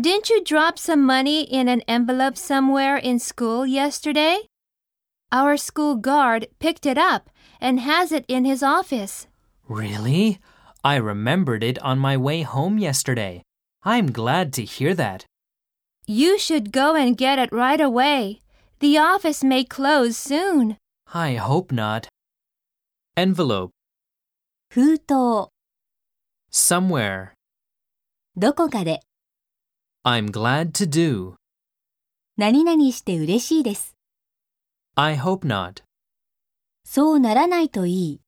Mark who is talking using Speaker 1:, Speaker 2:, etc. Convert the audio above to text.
Speaker 1: Didn't you drop some money in an envelope somewhere in school yesterday? Our school guard picked it up and has it in his office.
Speaker 2: Really? I remembered it on my way home yesterday. I'm glad to hear that.
Speaker 1: You should go and get it right away. The office may close soon.
Speaker 2: I hope not. Envelope.
Speaker 3: 封筒、
Speaker 2: Somewhere.
Speaker 3: どこかで、
Speaker 2: I'm glad to do.
Speaker 3: 何々して嬉しいです。
Speaker 2: I hope not.
Speaker 3: そうならないといい。